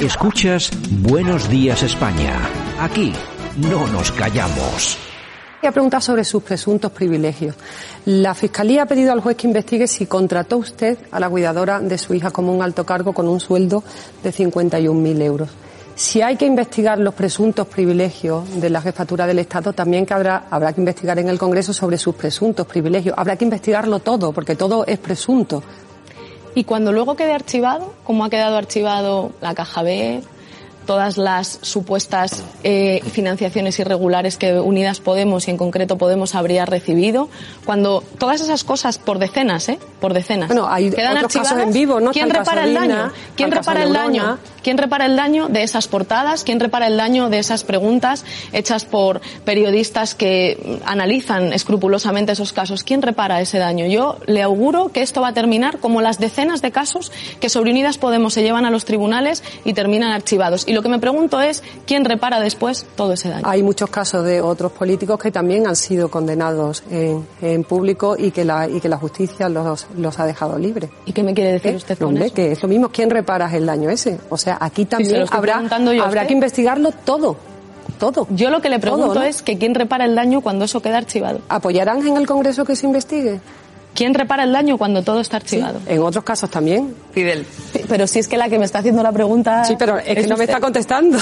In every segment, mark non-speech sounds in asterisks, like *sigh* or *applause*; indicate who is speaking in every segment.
Speaker 1: Escuchas Buenos Días España. Aquí no nos callamos.
Speaker 2: Ha preguntado sobre sus presuntos privilegios. La Fiscalía ha pedido al juez que investigue si contrató usted a la cuidadora de su hija como un alto cargo con un sueldo de 51.000 euros. Si hay que investigar los presuntos privilegios de la jefatura del Estado, también que habrá, habrá que investigar en el Congreso sobre sus presuntos privilegios. Habrá que investigarlo todo, porque todo es presunto.
Speaker 3: Y cuando luego quede archivado, como ha quedado archivado la caja B, todas las supuestas eh, financiaciones irregulares que Unidas Podemos y en concreto Podemos habría recibido, cuando todas esas cosas por decenas, ¿eh? Por decenas.
Speaker 2: Bueno, hay
Speaker 3: quedan
Speaker 2: otros
Speaker 3: archivadas,
Speaker 2: casos en vivo, ¿no?
Speaker 3: ¿Quién
Speaker 2: Está el
Speaker 3: repara
Speaker 2: caso
Speaker 3: el
Speaker 2: Dina,
Speaker 3: daño?
Speaker 2: está
Speaker 3: ¿Quién
Speaker 2: el caso
Speaker 3: repara el daño?
Speaker 2: Neurona.
Speaker 3: ¿Quién repara el daño de esas portadas? ¿Quién repara el daño de esas preguntas hechas por periodistas que analizan escrupulosamente esos casos? ¿Quién repara ese daño? Yo le auguro que esto va a terminar como las decenas de casos que sobre Unidas Podemos se llevan a los tribunales y terminan archivados. Y lo que me pregunto es quién repara después todo ese daño.
Speaker 2: Hay muchos casos de otros políticos que también han sido condenados en, en público y que la, y que la justicia los, los ha dejado libres.
Speaker 3: ¿Y qué me quiere decir
Speaker 2: ¿Eh?
Speaker 3: usted
Speaker 2: No,
Speaker 3: con
Speaker 2: hombre,
Speaker 3: eso?
Speaker 2: que es lo mismo. ¿Quién repara el daño ese? O sea, aquí
Speaker 3: se lo
Speaker 2: también
Speaker 3: estoy
Speaker 2: habrá,
Speaker 3: preguntando yo a
Speaker 2: habrá
Speaker 3: usted.
Speaker 2: que investigarlo todo. Todo.
Speaker 3: Yo lo que le
Speaker 2: Todo,
Speaker 3: pregunto
Speaker 2: ¿no?
Speaker 3: es que quién repara el daño cuando eso queda archivado.
Speaker 2: ¿Apoyarán en el Congreso que se investigue?
Speaker 3: ¿Quién repara el daño cuando todo está archivado?
Speaker 2: En otros casos también.
Speaker 4: Fidel.
Speaker 3: Pero si es que la que me está haciendo la pregunta.
Speaker 2: Sí, pero es que no me
Speaker 3: Ah, usted.
Speaker 2: está contestando.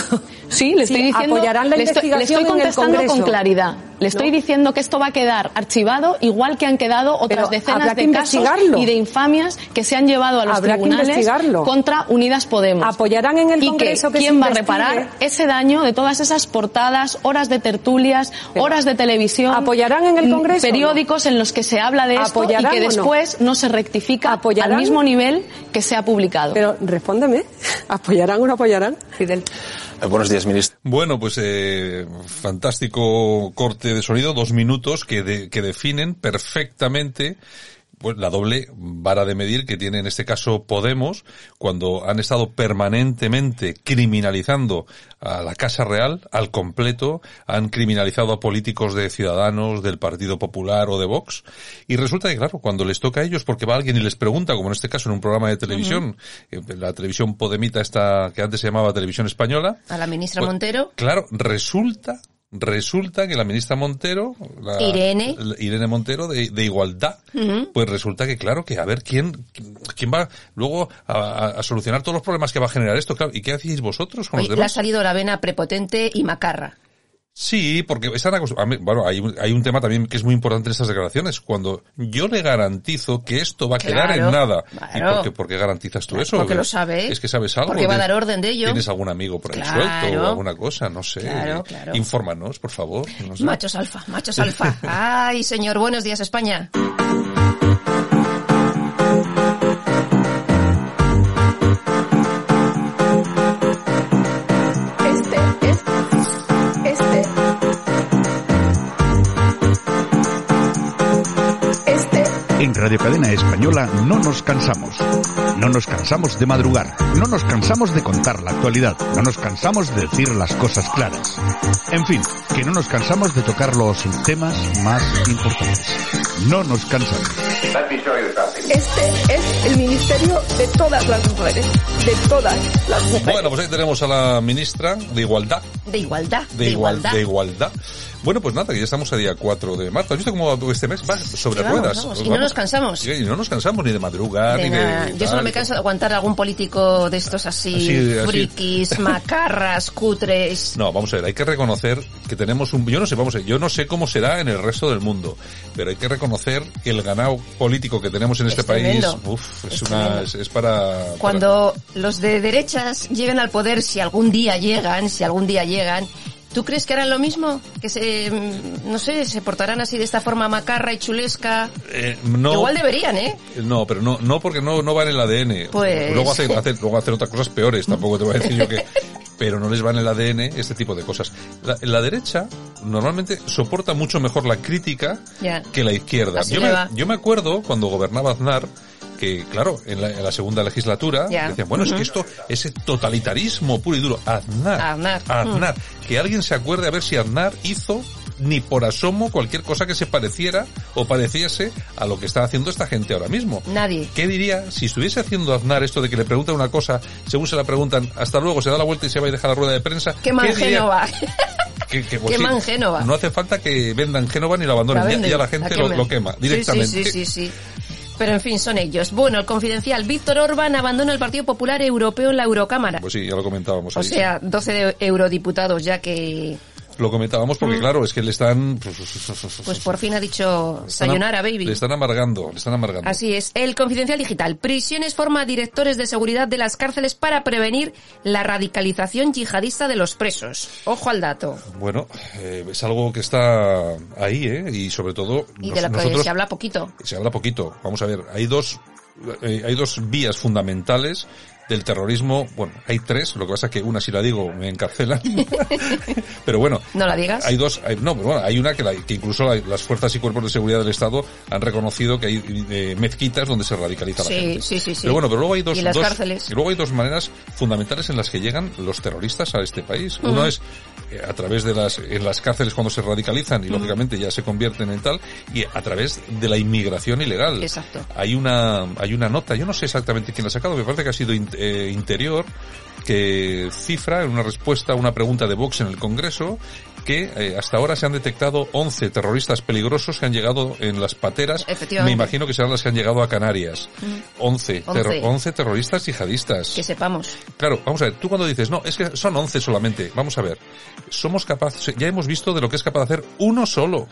Speaker 3: Sí, le estoy
Speaker 2: Sí,
Speaker 3: diciendo.
Speaker 2: apoyarán la
Speaker 3: le estoy, le
Speaker 2: investigación
Speaker 3: estoy
Speaker 2: en el
Speaker 3: contestando con
Speaker 2: Congreso.
Speaker 3: claridad. Le estoy diciendo que esto va a quedar archivado, igual que han quedado otras
Speaker 2: Pero habrá
Speaker 3: decenas
Speaker 2: que
Speaker 3: de casos
Speaker 2: investigarlo.
Speaker 3: y de infamias que se han llevado a los
Speaker 2: Habrá que
Speaker 3: tribunales
Speaker 2: investigarlo.
Speaker 3: contra Unidas Podemos.
Speaker 2: Apoyarán en el
Speaker 3: y
Speaker 2: Congreso que se
Speaker 3: quién va a
Speaker 2: investigue.
Speaker 3: reparar ese daño de todas esas portadas, horas de tertulias,
Speaker 2: Pero,
Speaker 3: horas de televisión,
Speaker 2: ¿apoyarán en el
Speaker 3: mm,
Speaker 2: Congreso o no?
Speaker 3: periódicos en los que se habla de esto y
Speaker 2: ¿Apoyarán
Speaker 3: que
Speaker 2: o no?
Speaker 3: después no? se rectifica
Speaker 2: ¿Apoyarán?
Speaker 3: al mismo nivel que se ha publicado.
Speaker 2: Pero respóndeme. *laughs* ¿Apoyarán o no apoyarán?
Speaker 4: Fidel.
Speaker 5: Eh, Buenos días, ministro.
Speaker 6: Bueno, pues eh, fantástico corte de sonido, dos minutos que, de- que definen perfectamente pues la doble vara de medir que tiene en este caso Podemos cuando han estado permanentemente criminalizando a la Casa Real al completo, han criminalizado a políticos de Ciudadanos, del Partido Popular o de Vox y resulta que claro, cuando les toca a ellos porque va alguien y les pregunta, como en este caso en un programa de televisión, eh, la televisión Podemita esta que antes se llamaba Televisión Española,
Speaker 4: A la ministra
Speaker 6: pues,
Speaker 4: Montero.
Speaker 6: Claro, resulta, resulta que la ministra Montero, la-
Speaker 4: Irene.
Speaker 6: la- Irene Montero de, de Igualdad, pues resulta que claro que a ver quién, quién va luego a, a- a solucionar todos los problemas que va a generar esto, claro. ¿Y qué hacéis vosotros con
Speaker 4: Oye,
Speaker 6: los
Speaker 4: le ha
Speaker 6: demás?
Speaker 4: salido la vena prepotente y macarra.
Speaker 6: Sí, porque están acostumbrados. Bueno, hay, un- hay un tema también que es muy importante en estas declaraciones. Cuando yo le garantizo que esto va a quedar
Speaker 4: Claro,
Speaker 6: en nada.
Speaker 4: claro.
Speaker 6: ¿Y por qué, por qué garantizas tú eso?
Speaker 4: porque lo sabe.
Speaker 6: Es que sabes algo.
Speaker 4: Porque va a
Speaker 6: ¿Tienes-
Speaker 4: dar orden de ello.
Speaker 6: ¿Tienes algún amigo por ahí
Speaker 4: Claro.
Speaker 6: suelto o alguna cosa? No sé.
Speaker 4: Claro, claro.
Speaker 6: Infórmanos, por favor. No sé.
Speaker 4: Machos alfa,
Speaker 6: *laughs*
Speaker 4: machos alfa. Ay, señor, buenos días, España.
Speaker 7: Este es. Este. Este.
Speaker 8: En Radio Cadena Española no nos cansamos. No nos cansamos de madrugar. No nos cansamos de contar la actualidad. No nos cansamos de decir las cosas claras. En fin, que no nos cansamos de tocar los temas más importantes. No nos cansamos.
Speaker 7: Este es el ministerio de todas las mujeres. De todas las mujeres.
Speaker 6: Bueno, pues ahí tenemos a la ministra de Igualdad.
Speaker 4: De igualdad.
Speaker 6: De, igual- de igualdad. Bueno, pues nada, que ya estamos a día 4 de marzo. ¿Has visto cómo este mes va sobre
Speaker 4: Sí, vamos,
Speaker 6: ruedas?
Speaker 4: vamos.
Speaker 6: Pues
Speaker 4: Y no nos cansamos.
Speaker 6: Y no nos cansamos ni de madrugar,
Speaker 4: De
Speaker 6: ni
Speaker 4: nada.
Speaker 6: de...
Speaker 4: Yo solo
Speaker 6: tal,
Speaker 4: me
Speaker 6: y-
Speaker 4: canso de aguantar a algún político de estos así,
Speaker 6: Así, así. *laughs*
Speaker 4: frikis, macarras, cutres.
Speaker 6: No, vamos a ver, hay que reconocer que tenemos un... Yo no sé, vamos a ver, yo no sé cómo será en el resto del mundo, pero hay que reconocer que el ganado político que tenemos en
Speaker 4: Es
Speaker 6: este país,
Speaker 4: tremendo.
Speaker 6: uf, es,
Speaker 4: Es
Speaker 6: una...
Speaker 4: tremendo.
Speaker 6: Es, es para...
Speaker 4: Cuando los de derechas lleguen al poder, si algún día llegan, si algún día llegan, ¿tú crees que harán lo mismo? Que se, mm, no sé, se portarán así de esta forma macarra y chulesca.
Speaker 6: para- eh, no,
Speaker 4: Igual deberían, ¿eh?
Speaker 6: No, pero no, no porque no, no va en el ADN.
Speaker 4: Pues-
Speaker 6: Luego hacen, hacen- luego hacen otras cosas peores, tampoco te voy a decir yo
Speaker 4: *laughs*
Speaker 6: que... Pero no les va en el ADN este tipo de cosas. La, la derecha normalmente soporta mucho mejor la crítica
Speaker 4: Ya.
Speaker 6: que la izquierda.
Speaker 4: Así
Speaker 6: Yo
Speaker 4: le
Speaker 6: me,
Speaker 4: va.
Speaker 6: yo me acuerdo cuando gobernaba Aznar que, claro, en la, en la segunda legislatura
Speaker 4: Ya.
Speaker 6: decían, bueno, es que esto, ese totalitarismo puro y duro, Aznar,
Speaker 4: Aznar.
Speaker 6: Aznar, que alguien se acuerde a ver si Aznar hizo ni por asomo cualquier cosa que se pareciera o pareciese a lo que está haciendo esta gente ahora mismo.
Speaker 4: Nadie.
Speaker 6: ¿Qué diría si estuviese haciendo Aznar esto de que le preguntan una cosa, según se la preguntan, hasta luego, se da la vuelta y se va y deja la rueda de prensa?
Speaker 4: Qué mal
Speaker 6: diría-
Speaker 4: Génova.
Speaker 6: que, que, pues
Speaker 4: Queman
Speaker 6: sí,
Speaker 4: Génova.
Speaker 6: No hace falta que vendan Génova ni la abandonen.
Speaker 4: La
Speaker 6: ya-
Speaker 4: venden,
Speaker 6: ya, la gente lo,
Speaker 4: queman.
Speaker 6: lo quema directamente.
Speaker 4: Sí, sí, sí, sí, sí. Pero en fin, son ellos. Bueno, el confidencial Víctor Orbán abandona el Partido Popular Europeo en la Eurocámara.
Speaker 6: Pues sí, ya lo comentábamos.
Speaker 4: o
Speaker 6: ahí.
Speaker 4: sea, 12 de eurodiputados ya que
Speaker 6: Lo comentábamos
Speaker 4: mm.
Speaker 6: porque, claro, es que le están...
Speaker 4: pues por fin ha dicho
Speaker 6: están am-
Speaker 4: sayonara baby.
Speaker 6: Le están amargando, le están amargando.
Speaker 4: Así es. El Confidencial Digital. Prisiones forma a directores de seguridad de las cárceles para prevenir la radicalización yihadista de los presos. Ojo al dato.
Speaker 6: Bueno, eh, es algo que está ahí, ¿eh? Y sobre todo...
Speaker 4: Y
Speaker 6: nos-
Speaker 4: de la que
Speaker 6: nosotros-
Speaker 4: se habla poquito.
Speaker 6: se habla poquito. Vamos a ver, hay dos, eh, hay dos vías fundamentales del terrorismo. Bueno, hay tres, lo que pasa que una si la digo me
Speaker 4: *laughs*
Speaker 6: encarcelan. pero bueno.
Speaker 4: No la digas.
Speaker 6: Hay dos, hay- no, pero bueno, hay una que, la- que incluso la- las fuerzas y cuerpos de seguridad del Estado han reconocido que hay eh, mezquitas donde se radicaliza
Speaker 4: Sí,
Speaker 6: la gente.
Speaker 4: sí, sí, sí.
Speaker 6: Pero bueno, pero luego hay dos,
Speaker 4: Y las
Speaker 6: dos-
Speaker 4: cárceles.
Speaker 6: y luego hay dos maneras fundamentales en las que llegan los terroristas a este país. Uno es eh, a través de las en las cárceles cuando se radicalizan y lógicamente ya se convierten en tal y a través de la inmigración ilegal.
Speaker 4: Exacto.
Speaker 6: Hay una hay una nota, yo no sé exactamente quién la ha sacado, me parece que ha sido in- eh, interior que cifra en una respuesta a una pregunta de Vox en el Congreso que eh, hasta ahora se han detectado 11 terroristas peligrosos que han llegado en las pateras.
Speaker 4: Efectivamente. Mm.
Speaker 6: Me imagino que serán las que han llegado a Canarias. 11, terro-
Speaker 4: Once.
Speaker 6: 11 terroristas yihadistas.
Speaker 4: Que sepamos.
Speaker 6: Claro, vamos a ver, tú cuando dices, no, es que son 11 solamente, vamos a ver, somos capaces, ya hemos visto de lo que es capaz de hacer uno solo,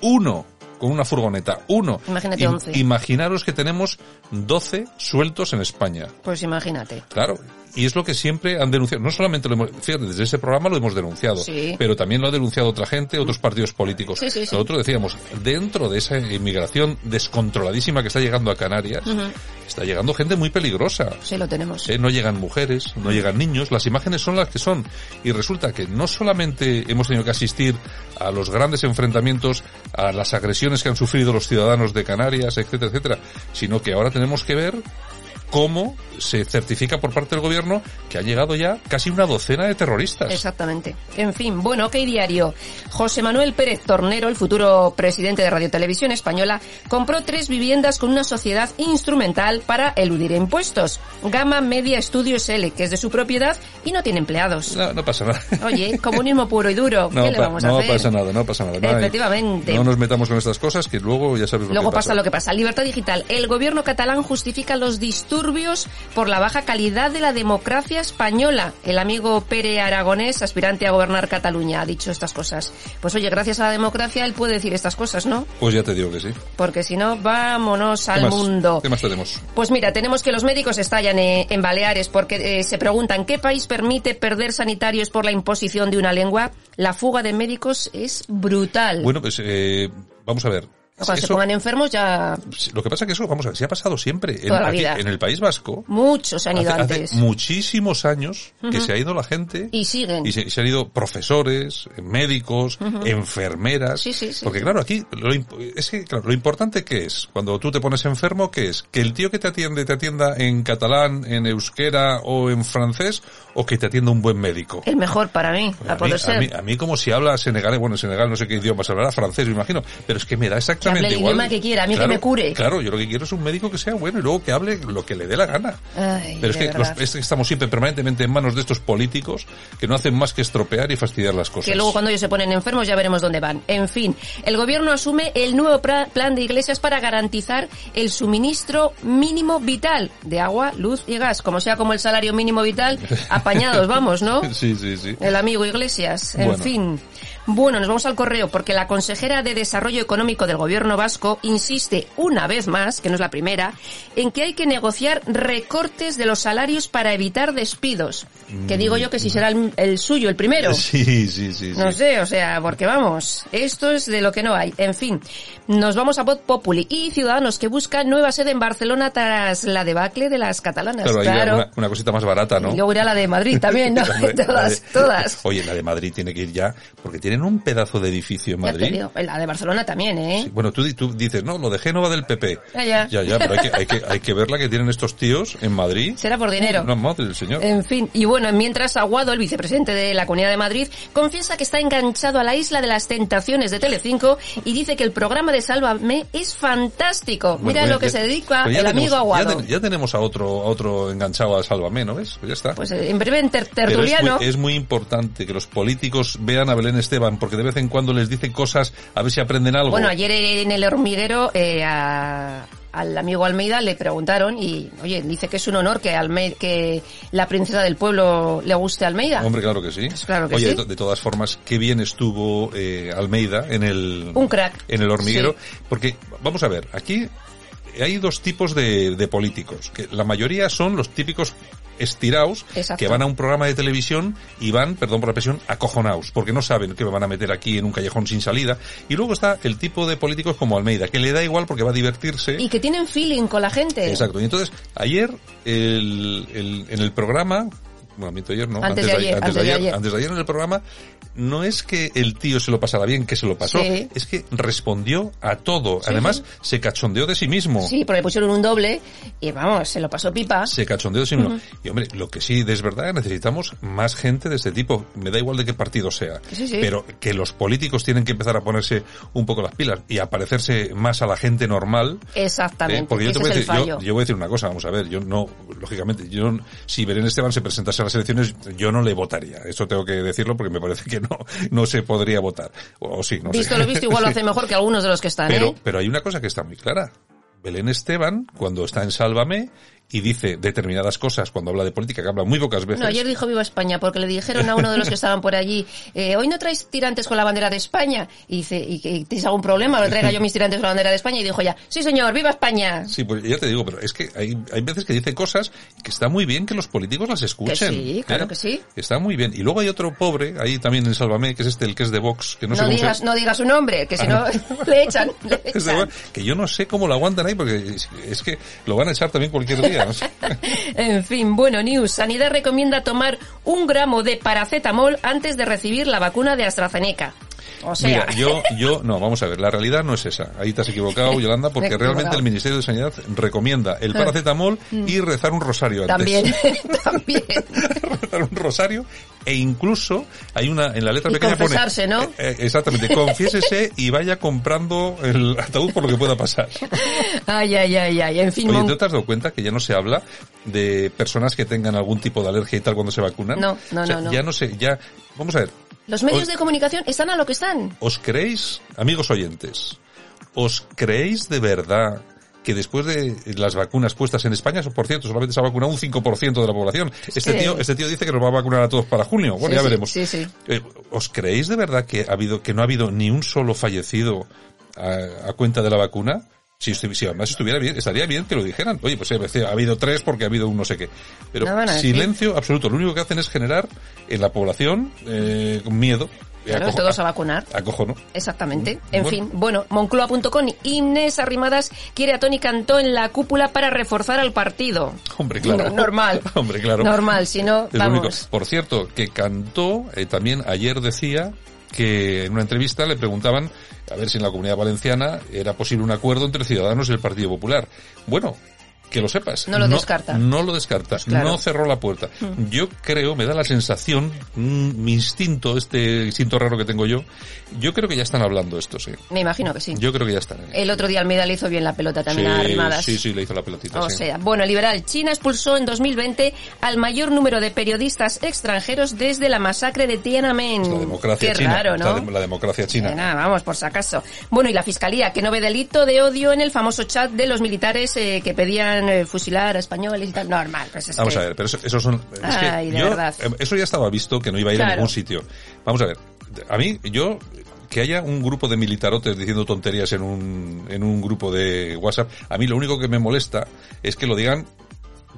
Speaker 6: uno, con una furgoneta, uno.
Speaker 4: Imagínate
Speaker 6: Im-
Speaker 4: 11.
Speaker 6: Imaginaros que tenemos 12 sueltos en España.
Speaker 4: Pues imagínate.
Speaker 6: Claro. Y es lo que siempre han denunciado. No solamente lo hemos, fíjate, desde ese programa lo hemos denunciado,
Speaker 4: Sí.
Speaker 6: pero también lo ha denunciado otra gente, otros partidos políticos.
Speaker 4: Sí, sí, sí.
Speaker 6: Nosotros decíamos, dentro de esa inmigración descontroladísima que está llegando a Canarias, está llegando gente muy peligrosa.
Speaker 4: Sí, lo tenemos.
Speaker 6: ¿eh? No llegan mujeres, no llegan niños, las imágenes son las que son. Y resulta que no solamente hemos tenido que asistir a los grandes enfrentamientos, a las agresiones que han sufrido los ciudadanos de Canarias, etcétera, etcétera, sino que ahora tenemos que ver cómo se certifica por parte del gobierno que ha llegado ya casi una docena de terroristas.
Speaker 4: Exactamente. En fin, bueno, ok diario. José Manuel Pérez Tornero, el futuro presidente de Radio Televisión Española, compró tres viviendas con una sociedad instrumental para eludir impuestos. Gama Media Studios L, que es de su propiedad y no tiene empleados.
Speaker 6: No, no pasa nada. *laughs*
Speaker 4: Oye, comunismo puro y duro.
Speaker 6: No,
Speaker 4: ¿Qué le
Speaker 6: pa-
Speaker 4: vamos a
Speaker 6: no
Speaker 4: hacer?
Speaker 6: pasa nada, no pasa nada. No hay-
Speaker 4: Efectivamente.
Speaker 6: No nos metamos con estas cosas que luego ya sabes lo
Speaker 4: Luego
Speaker 6: que
Speaker 4: pasa lo que pasa. Libertad digital. El gobierno catalán justifica los disturbios por la baja calidad de la democracia española. El amigo Pere Aragonés, aspirante a gobernar Cataluña, ha dicho estas cosas. Pues oye, gracias a la democracia él puede decir estas cosas, ¿no?
Speaker 6: Pues ya te digo que sí.
Speaker 4: Porque si no, vámonos
Speaker 6: ¿Qué
Speaker 4: al
Speaker 6: más?
Speaker 4: mundo.
Speaker 6: ¿Qué más tenemos?
Speaker 4: Pues mira, tenemos que los médicos estallan eh, en Baleares porque eh, se preguntan qué país permite perder sanitarios por la imposición de una lengua. La fuga de médicos es brutal.
Speaker 6: Bueno, pues eh, vamos a ver.
Speaker 4: Cuando se
Speaker 6: Eso-
Speaker 4: pongan enfermos ya
Speaker 6: Lo que pasa que eso, vamos a ver, se ha pasado siempre. En,
Speaker 4: Toda la
Speaker 6: aquí-
Speaker 4: vida.
Speaker 6: en el País Vasco,
Speaker 4: muchos han
Speaker 6: hace,
Speaker 4: ido
Speaker 6: hace
Speaker 4: antes.
Speaker 6: muchísimos años que se ha ido la gente.
Speaker 4: Y siguen.
Speaker 6: Y se, y se han ido profesores, médicos, enfermeras.
Speaker 4: Sí, sí, sí.
Speaker 6: Porque claro, aquí, lo, imp- es que, claro, lo importante que es, cuando tú te pones enfermo, que es? ¿Que el tío que te atiende te atienda en catalán, en euskera o en francés, o que te atienda un buen médico?
Speaker 4: El mejor para mí,
Speaker 6: Pues
Speaker 4: a, poder
Speaker 6: mí,
Speaker 4: ser.
Speaker 6: A mí, a mí como si habla senegalés, bueno, en Senegal no sé qué idioma, se hablará francés, me imagino, pero es que me da exactamente
Speaker 4: Que hable el
Speaker 6: igual.
Speaker 4: idioma que quiera, a mí que
Speaker 6: Claro,
Speaker 4: me cure.
Speaker 6: Claro, yo lo que quiero es un médico que sea bueno y luego que hable lo que le dé la gana.
Speaker 4: Ay,
Speaker 6: pero es
Speaker 4: de
Speaker 6: que,
Speaker 4: verdad.
Speaker 6: es que estamos siempre permanentemente en manos de estos políticos que no hacen más que estropear y fastidiar las cosas.
Speaker 4: Que luego cuando ellos se ponen enfermos ya veremos dónde van. En fin, el gobierno asume el nuevo pra- plan de iglesias para garantizar el suministro mínimo vital de agua, luz y gas. Como sea como el salario mínimo
Speaker 6: *laughs*
Speaker 4: vital, apañados vamos, ¿no?
Speaker 6: Sí, sí, sí.
Speaker 4: El amigo Iglesias, en
Speaker 6: Bueno.
Speaker 4: fin. Bueno, nos vamos al correo porque la consejera de Desarrollo Económico del Gobierno Vasco insiste una vez más, que no es la primera, en que hay que negociar recortes de los salarios para evitar despidos. Que digo yo que si será el, el suyo el primero.
Speaker 6: Sí, sí, sí.
Speaker 4: No
Speaker 6: sí.
Speaker 4: sé, o sea, porque vamos, esto es de lo que no hay. En fin, nos vamos a Voz Populi y Ciudadanos que busca nueva sede en Barcelona tras la debacle de las catalanas.
Speaker 6: Claro,
Speaker 4: Claro.
Speaker 6: ahí Una, una cosita más barata, ¿no? *laughs*
Speaker 4: Y luego irá la de Madrid también, ¿no?
Speaker 6: Hombre, la
Speaker 4: *laughs* todas,
Speaker 6: de-
Speaker 4: todas.
Speaker 6: Oye, la de Madrid tiene que ir ya, porque tienen un pedazo de edificio en
Speaker 4: Ya te
Speaker 6: Madrid.
Speaker 4: digo, la de Barcelona también, ¿eh?
Speaker 6: Sí, Bueno, tú, di- tú dices, no, lo de Génova del PP.
Speaker 4: Ya, ya.
Speaker 6: Ya, ya, pero hay que, hay que, hay que ver la que tienen estos tíos en Madrid.
Speaker 4: Será por dinero. Eh,
Speaker 6: No, madre del señor.
Speaker 4: En fin, y bueno, mientras Aguado, el vicepresidente de la Comunidad de Madrid, confiesa que está enganchado a la isla de las tentaciones de Telecinco y dice que el programa de Sálvame es fantástico.
Speaker 6: Bueno,
Speaker 4: Mira
Speaker 6: pues
Speaker 4: lo que
Speaker 6: ya-
Speaker 4: se dedica
Speaker 6: pues
Speaker 4: el
Speaker 6: ya tenemos-
Speaker 4: amigo
Speaker 6: ya
Speaker 4: Aguado.
Speaker 6: ten- Ya, tenemos a otro, a otro enganchado a Sálvame, ¿no ves? Pues ya está.
Speaker 4: Pues eh, en breve en ter-
Speaker 6: Pero es
Speaker 4: tertuliano.
Speaker 6: muy, es muy importante que los políticos vean a Belén Esteban, porque de vez en cuando les dicen cosas a ver si aprenden algo.
Speaker 4: Bueno, ayer en el hormiguero eh, a- al amigo Almeida le preguntaron y, oye, dice que es un honor que, Alme- que la princesa del pueblo le guste a Almeida.
Speaker 6: Hombre, claro que sí.
Speaker 4: Pues claro que
Speaker 6: Oye,
Speaker 4: sí.
Speaker 6: de, to- de todas formas, qué bien estuvo eh, Almeida en el...
Speaker 4: Un crack.
Speaker 6: En el hormiguero. Porque, vamos a ver, aquí hay dos tipos de, de políticos. que La mayoría son los típicos estiraos
Speaker 4: Exacto.
Speaker 6: que van a un programa de televisión y van, perdón por la expresión, acojonaos, porque no saben que me van a meter aquí en un callejón sin salida. Y luego está el tipo de políticos como Almeida, que le da igual porque va a divertirse.
Speaker 4: Y que tienen feeling con la gente.
Speaker 6: Exacto. Y entonces, ayer, el, el- en el programa, bueno, miento ayer, no,
Speaker 4: Antes de ayer,
Speaker 6: antes, de ayer, antes de ayer en el programa, no es que el tío se lo pasara bien, que se lo pasó,
Speaker 4: Sí.
Speaker 6: es que respondió a todo. Además, se cachondeó de sí mismo.
Speaker 4: Sí, porque le pusieron un doble y vamos, se lo pasó pipa.
Speaker 6: Se cachondeó de sí mismo. Y hombre, lo que sí es verdad, que necesitamos más gente de este tipo. Me da igual de qué partido sea.
Speaker 4: Sí, sí.
Speaker 6: Pero que los políticos tienen que empezar a ponerse un poco las pilas y a parecerse más a la gente normal.
Speaker 4: Exactamente.
Speaker 6: Eh, porque yo
Speaker 4: ese
Speaker 6: te voy a
Speaker 4: es el
Speaker 6: decir, yo,
Speaker 4: fallo.
Speaker 6: yo voy a decir una cosa, vamos a ver, yo no, lógicamente, yo no- si Belén Esteban se presentase a las elecciones, yo no le votaría. Esto tengo que decirlo porque me parece que no, no se podría votar. O, o sí, no sé.
Speaker 4: Visto
Speaker 6: *laughs*
Speaker 4: lo visto, igual lo hace mejor que algunos de los que están,
Speaker 6: Pero,
Speaker 4: ¿eh?
Speaker 6: pero hay una cosa que está muy clara. Belén Esteban, cuando está en Sálvame y dice determinadas cosas cuando habla de política, que habla muy pocas veces.
Speaker 4: No, ayer dijo Viva España, porque le dijeron a uno de los que estaban por allí, eh, hoy no traes tirantes con la bandera de España. Y dice, ¿y que tenéis algún problema? ¿Lo traiga yo mis tirantes con la bandera de España? Y dijo ya, sí señor, Viva España.
Speaker 6: Sí, pues ya te digo, pero es que hay, hay veces que dice cosas que está muy bien que los políticos las escuchen. ¿eh?
Speaker 4: Que sí, claro que sí.
Speaker 6: Está muy bien. Y luego hay otro pobre, ahí también en Sálvame, que es este, el que es de Vox, que no,
Speaker 4: No,
Speaker 6: sé cómo se- Ah,
Speaker 4: digas, no digas su nombre, que si no, *laughs* le echan. le
Speaker 6: *laughs* Es de
Speaker 4: echan.
Speaker 6: igual, que yo no sé cómo lo aguantan ahí, porque es, es que lo van a echar también cualquier día. ¿no?
Speaker 4: En fin, bueno, News. Sanidad recomienda tomar un gramo de paracetamol antes de recibir la vacuna de AstraZeneca. *laughs* O sea,
Speaker 6: Mira, yo, yo, no, vamos a ver, la realidad no es esa. Ahí te has
Speaker 4: *laughs*
Speaker 6: equivocado, Yolanda,
Speaker 4: Me he
Speaker 6: porque
Speaker 4: equivocado.
Speaker 6: realmente el Ministerio de Sanidad recomienda el paracetamol y rezar un rosario antes.
Speaker 4: Mm. también, *laughs* también.
Speaker 6: *laughs* rezar un rosario e incluso hay una en la letra
Speaker 4: Y
Speaker 6: pequeña pone
Speaker 4: confesarse, ¿no?
Speaker 6: Eh, eh, exactamente confiésese y vaya comprando el ataúd por lo que pueda pasar
Speaker 4: Ay, ay, ay, ay. En fin,
Speaker 6: Oye,
Speaker 4: mon-
Speaker 6: ¿tú te has dado cuenta que ya no se habla de personas que tengan algún tipo de alergia y tal cuando se vacunan?
Speaker 4: No, no,
Speaker 6: O sea,
Speaker 4: no, no.
Speaker 6: Ya no sé, ya... Vamos a ver.
Speaker 4: los medios
Speaker 6: os,
Speaker 4: de comunicación están a lo que están.
Speaker 6: ¿Os creéis, amigos oyentes, os creéis de verdad que después de las vacunas puestas en España, por cierto, solamente se ha vacunado un 5% de la población. Este
Speaker 4: que-
Speaker 6: tío, este tío dice que nos va a vacunar a todos para junio. Bueno,
Speaker 4: Sí,
Speaker 6: ya
Speaker 4: sí,
Speaker 6: veremos.
Speaker 4: sí, sí.
Speaker 6: Eh, ¿Os creéis de verdad que ha habido, que no ha habido ni un solo fallecido a, a cuenta de la vacuna? Si, estu- si además estuviera bien, estaría bien que lo dijeran. Oye, pues eh, ha habido tres porque ha habido un no sé qué. Pero
Speaker 4: No van a decir.
Speaker 6: silencio absoluto. Lo único que hacen es generar en la población eh, miedo.
Speaker 4: Claro,
Speaker 6: Acojo-
Speaker 4: todos a vacunar.
Speaker 6: Acojono.
Speaker 4: Exactamente. En
Speaker 6: Mm, Bueno.
Speaker 4: fin, bueno, moncloa.com. Inés Arrimadas quiere a Tony Cantó en la cúpula para reforzar al partido.
Speaker 6: Hombre, claro.
Speaker 4: *laughs* Normal.
Speaker 6: *laughs* Hombre, claro.
Speaker 4: Normal, si no,
Speaker 6: Es lo único.
Speaker 4: vamos.
Speaker 6: Por cierto, que cantó, eh, también ayer decía que en una entrevista le preguntaban a ver si en la comunidad valenciana era posible un acuerdo entre Ciudadanos y el Partido Popular. Bueno, que lo sepas.
Speaker 4: No lo descarta. Pues
Speaker 6: No lo descarta.
Speaker 4: claro. Mm.
Speaker 6: No cerró la puerta. Yo creo, me da la sensación, mm, mi instinto, este instinto raro que tengo yo, yo creo que ya están hablando esto, sí.
Speaker 4: Me imagino que sí.
Speaker 6: Yo creo que ya están.
Speaker 4: El otro día Almeida le hizo bien la pelota también a
Speaker 6: sí,
Speaker 4: Arrimadas.
Speaker 6: sí, sí, le hizo la pelotita.
Speaker 4: O
Speaker 6: Ah, sí.
Speaker 4: sea, bueno, liberal, China expulsó en 2020 al mayor número de periodistas extranjeros desde la masacre de Tiananmen.
Speaker 6: La democracia
Speaker 4: Mm, Qué
Speaker 6: china.
Speaker 4: raro,
Speaker 6: la
Speaker 4: ¿no?
Speaker 6: dem- la democracia china.
Speaker 4: Eh, nada, vamos, por si acaso. Bueno, y la fiscalía, que no ve delito de odio en el famoso chat de los militares eh, que pedían eh, fusilar a españoles y tal. Normal, pues es
Speaker 6: Vamos
Speaker 4: que-
Speaker 6: a ver, pero eso, eso son... es que
Speaker 4: Ay, de
Speaker 6: yo-
Speaker 4: verdad.
Speaker 6: eh, Eso ya estaba visto, que no iba a ir a
Speaker 4: Claro.
Speaker 6: ningún sitio. Vamos a ver, a mí, yo... Que haya un grupo de militarotes diciendo tonterías en un, en un grupo de WhatsApp, a mí lo único que me molesta es que lo digan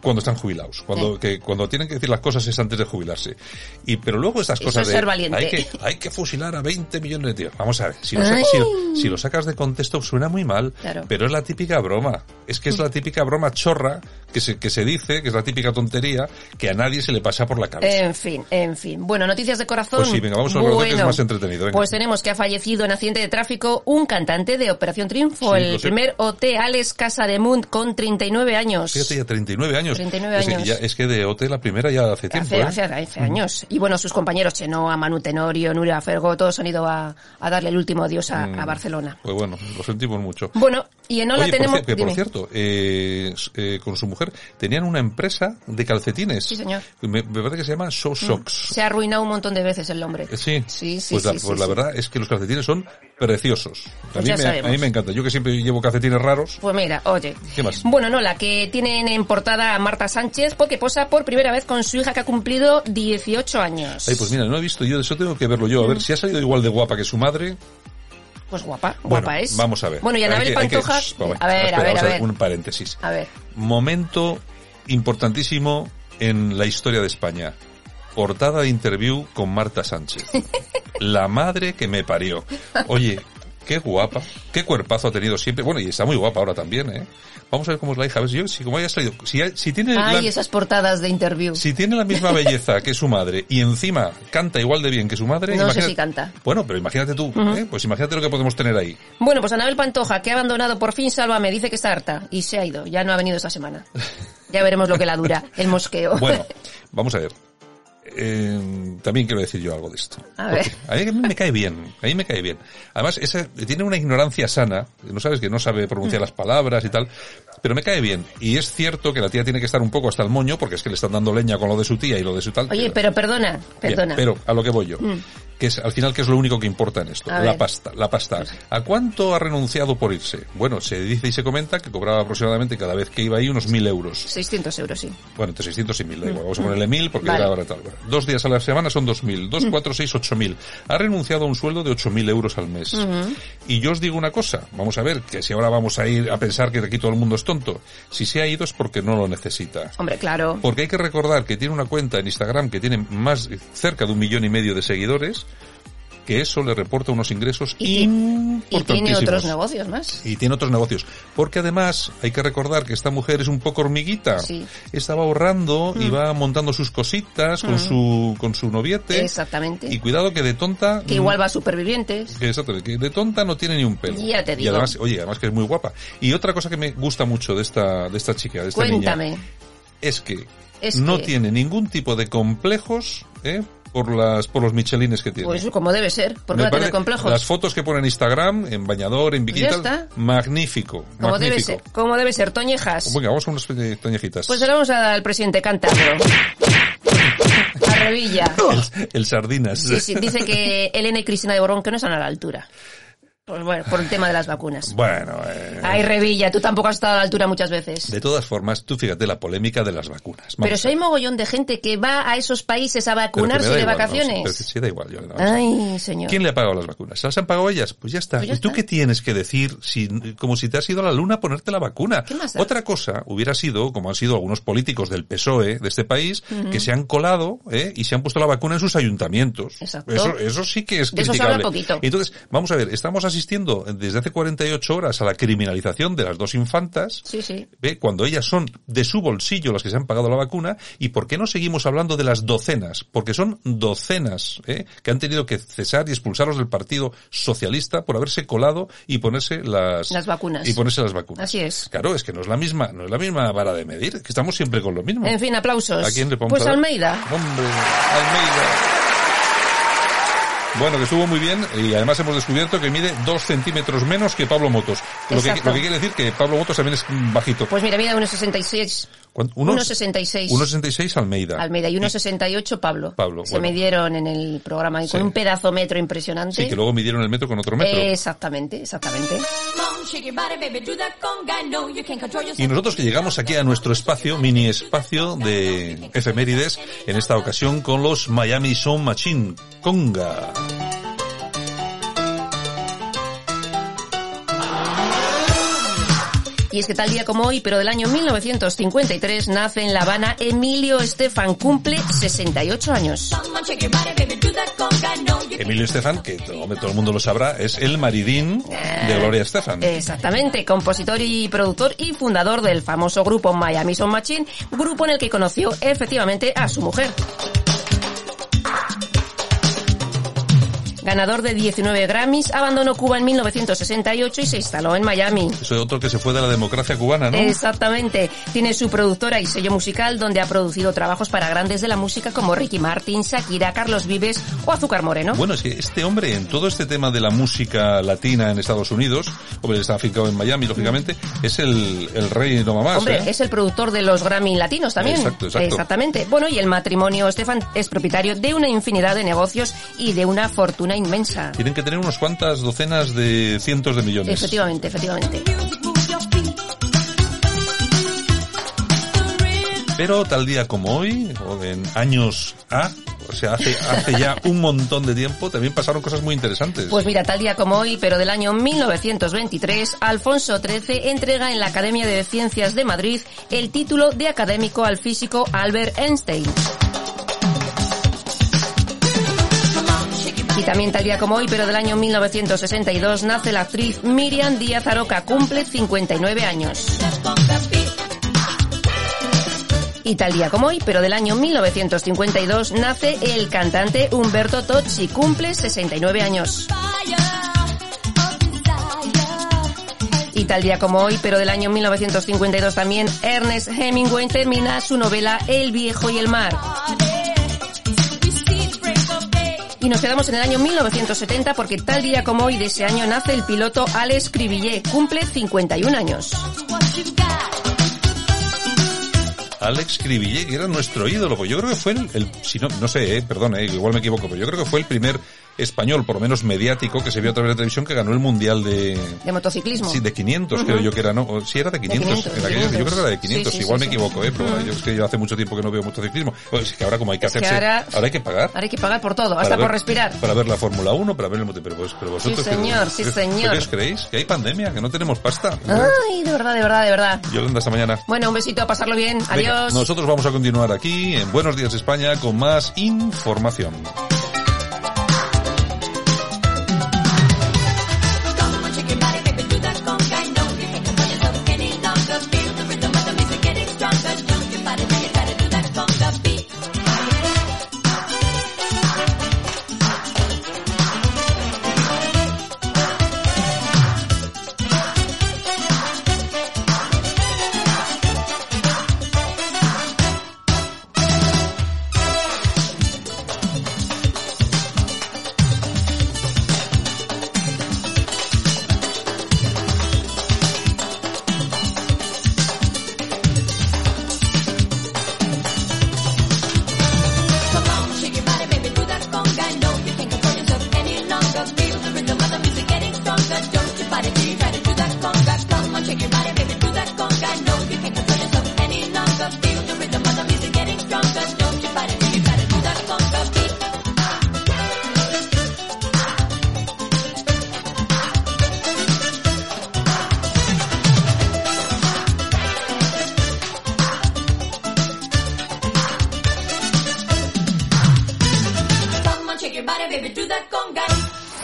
Speaker 6: cuando están jubilados, cuando, que, cuando tienen que decir las cosas es antes de jubilarse. Y, pero luego esas
Speaker 4: Eso
Speaker 6: cosas
Speaker 4: es
Speaker 6: de,
Speaker 4: ser valiente.
Speaker 6: hay que, hay que fusilar a 20 millones de tíos. Vamos a ver, si lo, sa- si lo- si lo sacas de contexto suena muy mal,
Speaker 4: Claro.
Speaker 6: pero es la típica broma. Es que es la típica broma chorra que se, que se dice, que es la típica tontería que a nadie se le pasa por la cabeza.
Speaker 4: En fin, en fin. Bueno, noticias de corazón.
Speaker 6: Pues sí, venga, vamos a hablar de lo que es más entretenido, venga.
Speaker 4: Pues tenemos que ha fallecido en accidente de tráfico un cantante de Operación Triunfo,
Speaker 6: Sí, lo
Speaker 4: el
Speaker 6: sé.
Speaker 4: primer OT Alex Casademont con 39 años.
Speaker 6: Fíjate, ya 39 años.
Speaker 4: 39
Speaker 6: Es, que
Speaker 4: años.
Speaker 6: ya- es que de OT la primera ya hace tiempo.
Speaker 4: Hace,
Speaker 6: ¿eh?
Speaker 4: hace, hace años. Y bueno, sus compañeros Chenoa, Manu Tenorio, Nuria Fergo, todos han ido a, a darle el último adiós a, a Barcelona.
Speaker 6: Pues bueno, lo sentimos mucho.
Speaker 4: Bueno, y en Ola
Speaker 6: Oye, por
Speaker 4: tenemos...
Speaker 6: cier- que por
Speaker 4: dime.
Speaker 6: cierto, eh, s- eh, con su mujer tenían una empresa de calcetines.
Speaker 4: Sí, señor.
Speaker 6: Me, me parece que se llama So Socks.
Speaker 4: Se ha arruinado un montón de veces el nombre.
Speaker 6: Eh, Sí,
Speaker 4: sí, sí.
Speaker 6: pues, la,
Speaker 4: sí, sí,
Speaker 6: pues la
Speaker 4: sí.
Speaker 6: verdad es que los calcetines son preciosos. A,
Speaker 4: Pues
Speaker 6: mí
Speaker 4: ya
Speaker 6: me,
Speaker 4: sabemos.
Speaker 6: a mí me encanta. Yo que siempre llevo calcetines raros.
Speaker 4: Pues mira, oye.
Speaker 6: ¿Qué más?
Speaker 4: Bueno, no, la que tienen en portada a Marta Sánchez porque posa por primera vez con su hija que ha cumplido 18 años.
Speaker 6: Ay, pues mira, no he visto yo, eso tengo que verlo yo. A
Speaker 4: Mm.
Speaker 6: ver si ha salido igual de guapa que su madre.
Speaker 4: Pues guapa,
Speaker 6: Bueno,
Speaker 4: guapa es.
Speaker 6: Vamos a ver.
Speaker 4: Bueno, y
Speaker 6: Hay
Speaker 4: Anabel
Speaker 6: que- hay que-
Speaker 4: Pantoja...
Speaker 6: Shh, vamos
Speaker 4: a ver,
Speaker 6: espera,
Speaker 4: a ver,
Speaker 6: vamos
Speaker 4: a ver.
Speaker 6: Un paréntesis.
Speaker 4: A ver.
Speaker 6: Momento importantísimo en la historia de España. Portada de interview con Marta
Speaker 4: *laughs*
Speaker 6: Sánchez. La madre que me parió. Oye, qué guapa, qué cuerpazo ha tenido siempre. Bueno, y está muy guapa ahora también, ¿eh? Vamos a ver cómo es la hija. A ver si, yo- si como haya salido. Si, hay- si tiene la,
Speaker 4: Ay, esas portadas de interview.
Speaker 6: si tiene la misma belleza que su madre y encima canta igual de bien que su madre.
Speaker 4: No sé
Speaker 6: imagínate-
Speaker 4: si canta.
Speaker 6: Bueno, pero imagínate tú, ¿eh? Pues imagínate lo que podemos tener
Speaker 4: *laughs*
Speaker 6: ahí.
Speaker 4: Bueno, pues Anabel Pantoja, que ha abandonado por fin Sálvame, dice que está harta y se ha ido, ya no ha venido esa semana. Ya veremos lo que la dura, el mosqueo.
Speaker 6: Bueno, vamos a ver. Eh, también quiero decir yo algo de esto.
Speaker 4: *laughs* A ver.
Speaker 6: Porque A mí me cae bien, a mí me cae bien. Además, esa, tiene una ignorancia sana, no sabes que no sabe pronunciar las palabras y tal, pero me cae bien. Y es cierto que la tía tiene que estar un poco hasta el moño, porque es que le están dando leña con lo de su tía y lo de su tal.
Speaker 4: Oye, pero perdona,
Speaker 6: Bien,
Speaker 4: perdona. Mm.
Speaker 6: pero a lo que voy yo, que es al final que es lo único que importa en esto,
Speaker 4: A
Speaker 6: la
Speaker 4: ver.
Speaker 6: pasta, la pasta. ¿A cuánto ha renunciado por irse? Bueno, se dice y se comenta que cobraba aproximadamente cada vez que iba ahí unos mil euros.
Speaker 4: 600 euros, sí.
Speaker 6: Bueno, entre 600 y 1000, da igual. Vamos a ponerle 1000 porque
Speaker 4: Vale. Mm.
Speaker 6: era barato. Bueno, Dos días a la semana son 2000. Dos, cuatro, seis, ocho mil. Ha renunciado a un sueldo de 8000 euros al mes. Y yo os digo una cosa. Vamos a ver, que si ahora vamos a ir a pensar que aquí todo el mundo es tonto. Si se ha ido es porque no lo necesita.
Speaker 4: Hombre, claro.
Speaker 6: Porque hay que recordar que tiene una cuenta en Instagram que tiene más, cerca de un millón y medio de seguidores, que eso le reporta unos ingresos
Speaker 4: Y, ti- y tiene
Speaker 6: importantísimos.
Speaker 4: otros negocios más.
Speaker 6: Y tiene otros negocios. Porque además hay que recordar que esta mujer es un poco hormiguita.
Speaker 4: Sí. Mm.
Speaker 6: Estaba ahorrando y va montando sus cositas con su con su noviete.
Speaker 4: Exactamente.
Speaker 6: Y cuidado que de tonta...
Speaker 4: Que igual va a supervivientes.
Speaker 6: Que exacto, que de tonta no tiene ni un pelo.
Speaker 4: Ya te
Speaker 6: Y
Speaker 4: digo.
Speaker 6: además, oye, además que es muy guapa. Y otra cosa que me gusta mucho de esta, de esta chica, de esta
Speaker 4: Cuéntame.
Speaker 6: niña, es que
Speaker 4: Es
Speaker 6: no
Speaker 4: que-
Speaker 6: tiene ningún tipo de complejos, ¿eh? Por las, por los michelines que tiene.
Speaker 4: Pues como debe ser, porque
Speaker 6: Me
Speaker 4: va a tener
Speaker 6: parece-
Speaker 4: complejos.
Speaker 6: Las fotos que pone en Instagram, en bañador, en bikini,
Speaker 4: Ya
Speaker 6: tal,
Speaker 4: está.
Speaker 6: magnífico,
Speaker 4: como debe
Speaker 6: magnífico.
Speaker 4: ser, como debe ser, Toñejas.
Speaker 6: Venga, vamos con unas peque- toñejitas.
Speaker 4: Pues ahora vamos a dar al presidente Cántabro. A Revilla.
Speaker 6: el, el sardinas. *laughs*
Speaker 4: ¡oh! Sí, sí, dice que Elena y Cristina de Borón que no están a la altura. Pues bueno, por el tema de las vacunas.
Speaker 6: Bueno, eh,
Speaker 4: Ay, Revilla, tú tampoco has estado a la altura muchas veces.
Speaker 6: de todas formas, tú fíjate la polémica de las vacunas.
Speaker 4: Pero
Speaker 6: Vamos
Speaker 4: si hay
Speaker 6: a ver.
Speaker 4: mogollón de gente que va a esos países a
Speaker 6: Pero que me
Speaker 4: vacunarse
Speaker 6: da
Speaker 4: de
Speaker 6: igual, vamos, pero que
Speaker 4: vacaciones. Ah.
Speaker 6: sí da igual, yo vamos a ver.
Speaker 4: Ay, señor.
Speaker 6: ¿Quién le ha pagado las vacunas? ¿Se las han pagado ellas? Pues ya está.
Speaker 4: Pues ya
Speaker 6: ¿Y tú
Speaker 4: está.
Speaker 6: qué tienes que decir? Si, como si te has ido a la luna a ponerte la vacuna.
Speaker 4: ¿Qué más da?
Speaker 6: Otra cosa hubiera sido, como han sido algunos políticos del PSOE de este país, que se han colado ¿eh? y se han puesto la vacuna en sus ayuntamientos.
Speaker 4: Exacto.
Speaker 6: Eso, eso sí que es
Speaker 4: De eso se
Speaker 6: criticable.
Speaker 4: habla poquito.
Speaker 6: Entonces, vamos a ver, estamos asistiendo desde hace 48 horas a la criminalización de las dos infantas.
Speaker 4: Sí, sí.
Speaker 6: ¿eh? cuando ellas son de su bolsillo las que se han pagado la vacuna, ¿y por qué no seguimos hablando de las docenas? Porque son docenas ¿eh? que han tenido que cesar y expulsarlos del Partido Socialista por haberse colado y ponerse las,
Speaker 4: Las vacunas.
Speaker 6: Y ponerse las vacunas.
Speaker 4: Así es.
Speaker 6: Claro, es que no es la misma, no es la misma vara de medir, que estamos siempre con lo mismo.
Speaker 4: En fin, aplausos.
Speaker 6: ¿A quién le podemos
Speaker 4: pues
Speaker 6: dar?
Speaker 4: Almeida.
Speaker 6: Hombre, Almeida. Bueno, que estuvo muy bien y además hemos descubierto que mide dos centímetros menos que Pablo Motos. Lo que,
Speaker 4: Exacto.
Speaker 6: lo que quiere decir que Pablo Motos también es mm, bajito.
Speaker 4: Pues mira, mira, 1,66
Speaker 6: ¿Cuánto?
Speaker 4: 1,66.
Speaker 6: 1,66 Almeida.
Speaker 4: Almeida y 1,68 Pablo.
Speaker 6: Pablo,
Speaker 4: Se
Speaker 6: bueno.
Speaker 4: midieron en el programa y con
Speaker 6: Sí.
Speaker 4: un pedazo metro impresionante.
Speaker 6: Sí, que luego midieron el metro con otro metro.
Speaker 4: Eh, Exactamente, exactamente.
Speaker 6: Y nosotros que llegamos aquí a nuestro espacio, mini espacio de efemérides, en esta ocasión con los Miami Sound Machine, Conga.
Speaker 4: Y es que tal día como hoy, pero del año 1953, nace en La Habana Emilio Estefan, cumple 68 años.
Speaker 6: Emilio Estefan, que hombre, todo el mundo lo sabrá, es el maridín de Gloria Estefan.
Speaker 4: Eh, Exactamente, compositor y productor y fundador del famoso grupo Miami Sound Machine, grupo en el que conoció efectivamente a su mujer. Ganador de 19 Grammys, abandonó Cuba en 1968 y se instaló en Miami.
Speaker 6: Eso es otro que se fue de la democracia cubana, ¿no?
Speaker 4: Exactamente. Tiene su productora y sello musical donde ha producido trabajos para grandes de la música como Ricky Martin, Shakira, Carlos Vives o Azúcar Moreno.
Speaker 6: Bueno, es que este hombre en todo este tema de la música latina en Estados Unidos, hombre, está afincado en Miami, lógicamente, es el, el rey no mamás.
Speaker 4: Hombre,
Speaker 6: ¿eh?
Speaker 4: es el productor de los Grammy latinos también.
Speaker 6: Exacto, exacto.
Speaker 4: Exactamente. Bueno, y el matrimonio Estefan es propietario de una infinidad de negocios y de una fortuna inmensa.
Speaker 6: Tienen que tener unas cuantas docenas de cientos de millones.
Speaker 4: Efectivamente, efectivamente.
Speaker 6: Pero tal día como hoy, o en años A, o sea, hace, hace ya un montón de tiempo, también pasaron cosas muy interesantes.
Speaker 4: Pues mira, tal día como hoy, pero del año 1923, Alfonso XIII entrega en la Academia de Ciencias de Madrid el título de académico al físico Albert Einstein. Y también tal día como hoy, pero del año 1962, nace la actriz Miriam Díaz Aroca, cumple 59 años. Y tal día como hoy, pero del año 1952, nace el cantante Humberto Tocci, cumple 69 años. Y tal día como hoy, pero del año 1952 también, Ernest Hemingway termina su novela El viejo y el mar. Y nos quedamos en el año 1970 porque tal día como hoy de ese año nace el piloto Alex Cribillet, cumple 51 años.
Speaker 6: Alex Cribillet, que era nuestro ídolo, pues yo creo que fue el, el- si no, no sé, eh, perdón, eh, igual me equivoco, pero yo creo que fue el primer español, por lo menos mediático, que se vio a través de la televisión, que ganó el Mundial de...
Speaker 4: De motociclismo.
Speaker 6: Sí, de 500 creo yo que era, ¿no? O, Sí, era de 500.
Speaker 4: 500,
Speaker 6: en aquella- yo creo que era de 500,
Speaker 4: Sí, sí,
Speaker 6: igual
Speaker 4: sí,
Speaker 6: me
Speaker 4: sí.
Speaker 6: equivoco, ¿eh? Pero yo, es que yo hace mucho tiempo que no veo motociclismo. Pues es que ahora como hay que
Speaker 4: Es que
Speaker 6: hacerse...
Speaker 4: ahora-
Speaker 6: hay que pagar.
Speaker 4: Ahora hay que pagar por todo,
Speaker 6: para
Speaker 4: hasta
Speaker 6: ver-
Speaker 4: por respirar.
Speaker 6: Para ver la Fórmula 1, para ver el mote- pero, vos- pero vosotros... ¿qué-
Speaker 4: señor, sí,
Speaker 6: qué-
Speaker 4: señor. Ah.
Speaker 6: ¿Qué os creéis? Que hay pandemia, que no tenemos pasta.
Speaker 4: Ay, de verdad, de verdad, de verdad.
Speaker 6: Yolanda, hasta mañana.
Speaker 4: Bueno, un besito, a pasarlo bien.
Speaker 6: Venga,
Speaker 4: Adiós.
Speaker 6: nosotros vamos a continuar aquí en Buenos Días España con más información.